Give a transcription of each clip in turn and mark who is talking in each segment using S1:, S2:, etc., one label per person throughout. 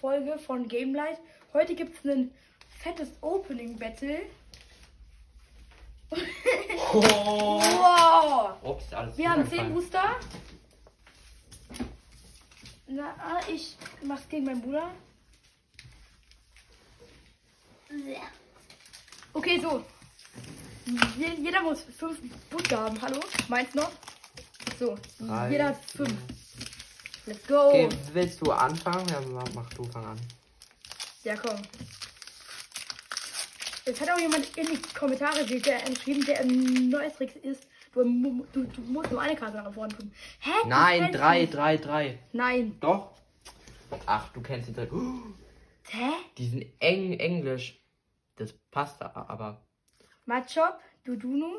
S1: Folge von Gamelight. Heute gibt es ein fettes Opening Battle.
S2: Oh.
S1: Wow!
S2: Ups, alles
S1: Wir haben 10
S2: runtergefallen.
S1: Booster. Na, ah, ich mach's gegen meinen Bruder. Okay, so. Je- Jeder muss 5 Booster haben. Hallo? Meins noch? So,
S2: Drei,
S1: jeder hat 5. Let's go!
S2: Okay, willst du anfangen? Ja, mach, mach du, fang an.
S1: Ja, komm. Es hat auch jemand in die Kommentare ge- ge- geschrieben, der im Neustrix ist. Du, mu- du, du musst nur eine Karte nach vorne tun. Hä? Du
S2: Nein,
S1: kennst
S2: drei,
S1: ihn.
S2: drei, drei.
S1: Nein.
S2: Doch. Ach, du kennst den Trick.
S1: Hä?
S2: Die sind eng Englisch. Das passt a- aber.
S1: Machop, Dudunu.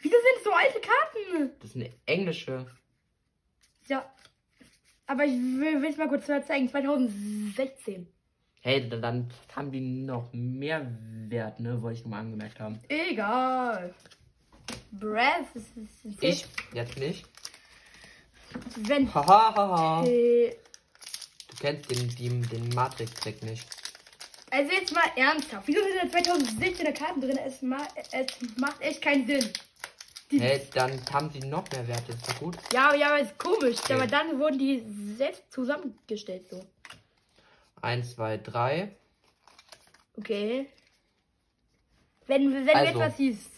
S1: Wieso sind es so alte Karten?
S2: Das sind englische.
S1: Ja. Aber ich will es mal kurz zeigen. 2016.
S2: Hey, da- dann haben die noch mehr Wert, ne? Wollte ich nur mal angemerkt haben.
S1: Egal. Breath. es ist- es ist-
S2: Ich? Jetzt nicht.
S1: Wenn.
S2: Hahaha.
S1: Äh,
S2: Du kennst den, den, den Matrix-Trick nicht.
S1: Also jetzt mal ernsthaft. Wieso sind da 2016er Karten drin? Es, ma es macht echt keinen Sinn.
S2: Hey, dann haben sie noch mehr Wert. Ist doch gut.
S1: Ja, ja, aber ist komisch.
S2: Okay.
S1: Aber dann wurden die selbst zusammengestellt so.
S2: Eins, zwei, drei.
S1: Okay. Wenn, wenn
S2: Also.
S1: du etwas siehst.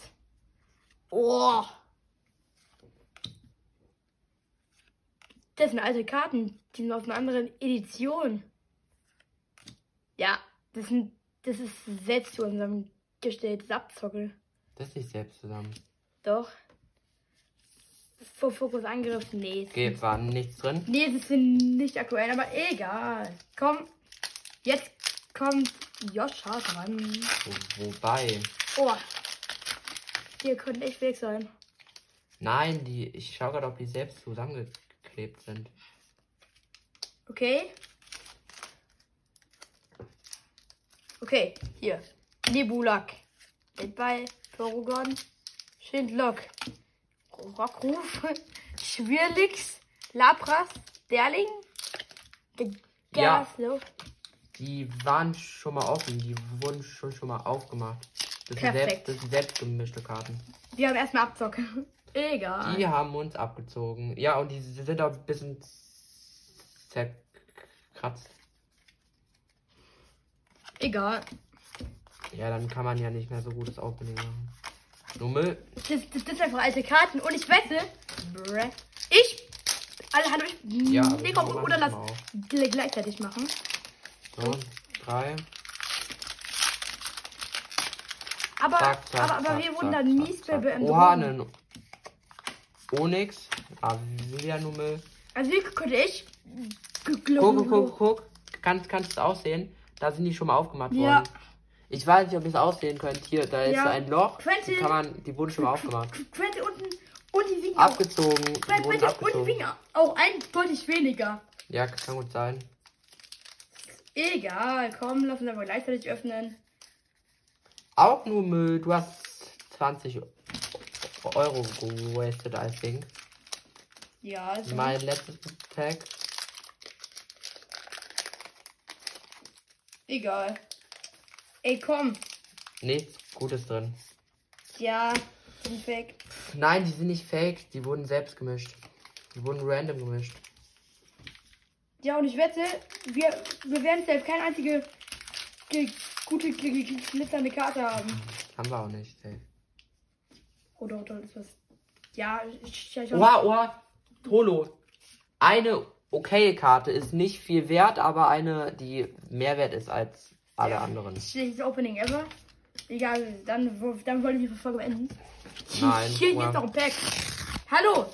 S1: Oh. Das sind alte Karten. Die sind aus einer anderen Edition. Ja, das, sind, das ist selbst zusammengestellt. Sapzockel.
S2: Das ist nicht selbst zusammen.
S1: Doch. Vor Fokus Angriff, nee.
S2: Okay, war nichts drin.
S1: Nee, das sind nicht aktuell, aber egal. Komm, jetzt kommt Joscha dran.
S2: Wo, wobei.
S1: Oh, hier könnte echt weg sein.
S2: Nein, die. Ich schau gerade, ob die selbst zusammengeklebt sind.
S1: Okay. Okay, hier. Nebulak. Deadball, Porygon, Schindlock, Rockruf, Schwirlix, Lapras, Derling, Ge-
S2: Ja.
S1: Gaslo.
S2: Die waren schon mal offen. Die wurden schon, schon mal aufgemacht. Das sind,
S1: Perfekt.
S2: selbst, das sind selbst gemischte Karten.
S1: Wir haben erstmal Abzocke. Egal.
S2: Die haben uns abgezogen. Ja, und die sind auch ein bisschen zerkratzt.
S1: Egal.
S2: Ja, dann kann man ja nicht mehr so gutes Opening machen. Nur Müll.
S1: Das, das, das sind einfach alte Karten. Und ich wette, Brä, ich. Alle Hand ich.
S2: Ja, aber
S1: nee,
S2: die
S1: komm,
S2: machen
S1: oder lass
S2: mal auf.
S1: gl- gleichzeitig machen.
S2: So, drei.
S1: Aber,
S2: Zack, zack,
S1: aber, aber
S2: zack,
S1: wir
S2: zack,
S1: wurden dann
S2: zack,
S1: mies
S2: zack.
S1: bei BM.
S2: Oha, ne? einen Onyx. Ah, wieder nur Müll.
S1: Also wie konnte ich
S2: Guck, guck, guck,
S1: geglaubt.
S2: guck. Kannst, kannst du aussehen? Da sind die schon mal aufgemacht
S1: Ja.
S2: worden. Ich weiß nicht, ob ihr es aussehen könnt. Hier, da ist
S1: Ja.
S2: so ein Loch. Die,
S1: Quentin.
S2: kann man, die wurden schon mal aufgemacht.
S1: Quente unten und die Winger. auch.
S2: Abgezogen. Die wurden
S1: Quente und die
S2: abgezogen.
S1: Winger auch eindeutig weniger.
S2: Ja, kann gut sein.
S1: Egal, komm, lass uns aber gleichzeitig öffnen.
S2: Auch nur Müll. Du hast 20 Euro gewastet, I think.
S1: Ja, ist
S2: Mein letztes Pack.
S1: egal. Ey, komm.
S2: Nichts Gutes drin.
S1: Ja, sind weg.
S2: Nein, die sind nicht fake. Die wurden selbst gemischt. Die wurden random gemischt.
S1: Ja, und ich wette, wir, wir werden selbst keine einzige ge, gute ge, ge, glitzernde Karte haben. Oh,
S2: Haben wir auch nicht. Safe.
S1: Oder, oder ist was. Ja, ich, ich, ich
S2: Oha, oha. Holo. Eine okaye Karte ist nicht viel wert, aber eine, die mehr wert ist als alle anderen.
S1: schlechtes Opening ever. Egal, dann, wo- dann wollen wir die Folge beenden.
S2: Nein,
S1: Hier, hier
S2: Oha.
S1: ist noch ein Pack. Hallo!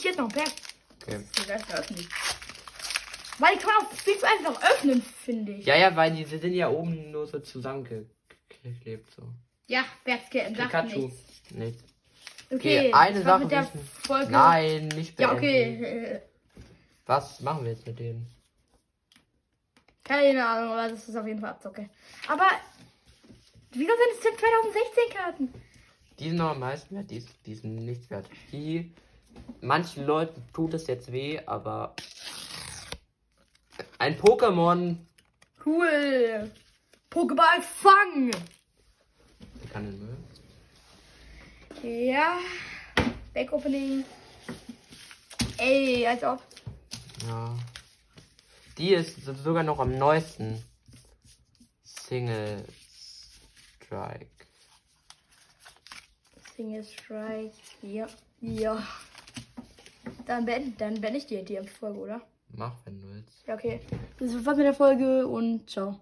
S1: Hier ist noch ein Pack.
S2: Okay.
S1: Ich werde öffnen. Weil die kann man auch viel zu einfach öffnen, finde ich.
S2: Ja, ja, weil die sind ja oben nur so zusammengeklebt. So.
S1: Ja, wer hat's geändert? Sagt
S2: Pikachu.
S1: nichts.
S2: Nichts.
S1: Okay,
S2: Okay, eine
S1: das
S2: Sache
S1: war's mit der
S2: müssen-
S1: Folge.
S2: Nein, nicht beenden.
S1: Ja, okay. äh,
S2: Was machen wir jetzt mit denen?
S1: Keine Ahnung, aber das ist auf jeden Fall Abzocke. Aber wieso sind es denn 2016 Karten?
S2: Die sind noch am meisten wert, die, die sind nichts wert. Die, manchen Leuten tut es jetzt weh, aber ein Pokémon
S1: Cool. Pokéball fangen.
S2: Ich kann den Müll.
S1: Ja. Back Opening. Ey, als ob.
S2: Ja. Die ist so- sogar noch am neuesten. Single Strike.
S1: Single Strike. Ja. Ja. Dann beenden, dann beende ich die, die Folge, oder?
S2: Mach, wenn du willst.
S1: Ja, okay. Das war's mit der Folge und ciao.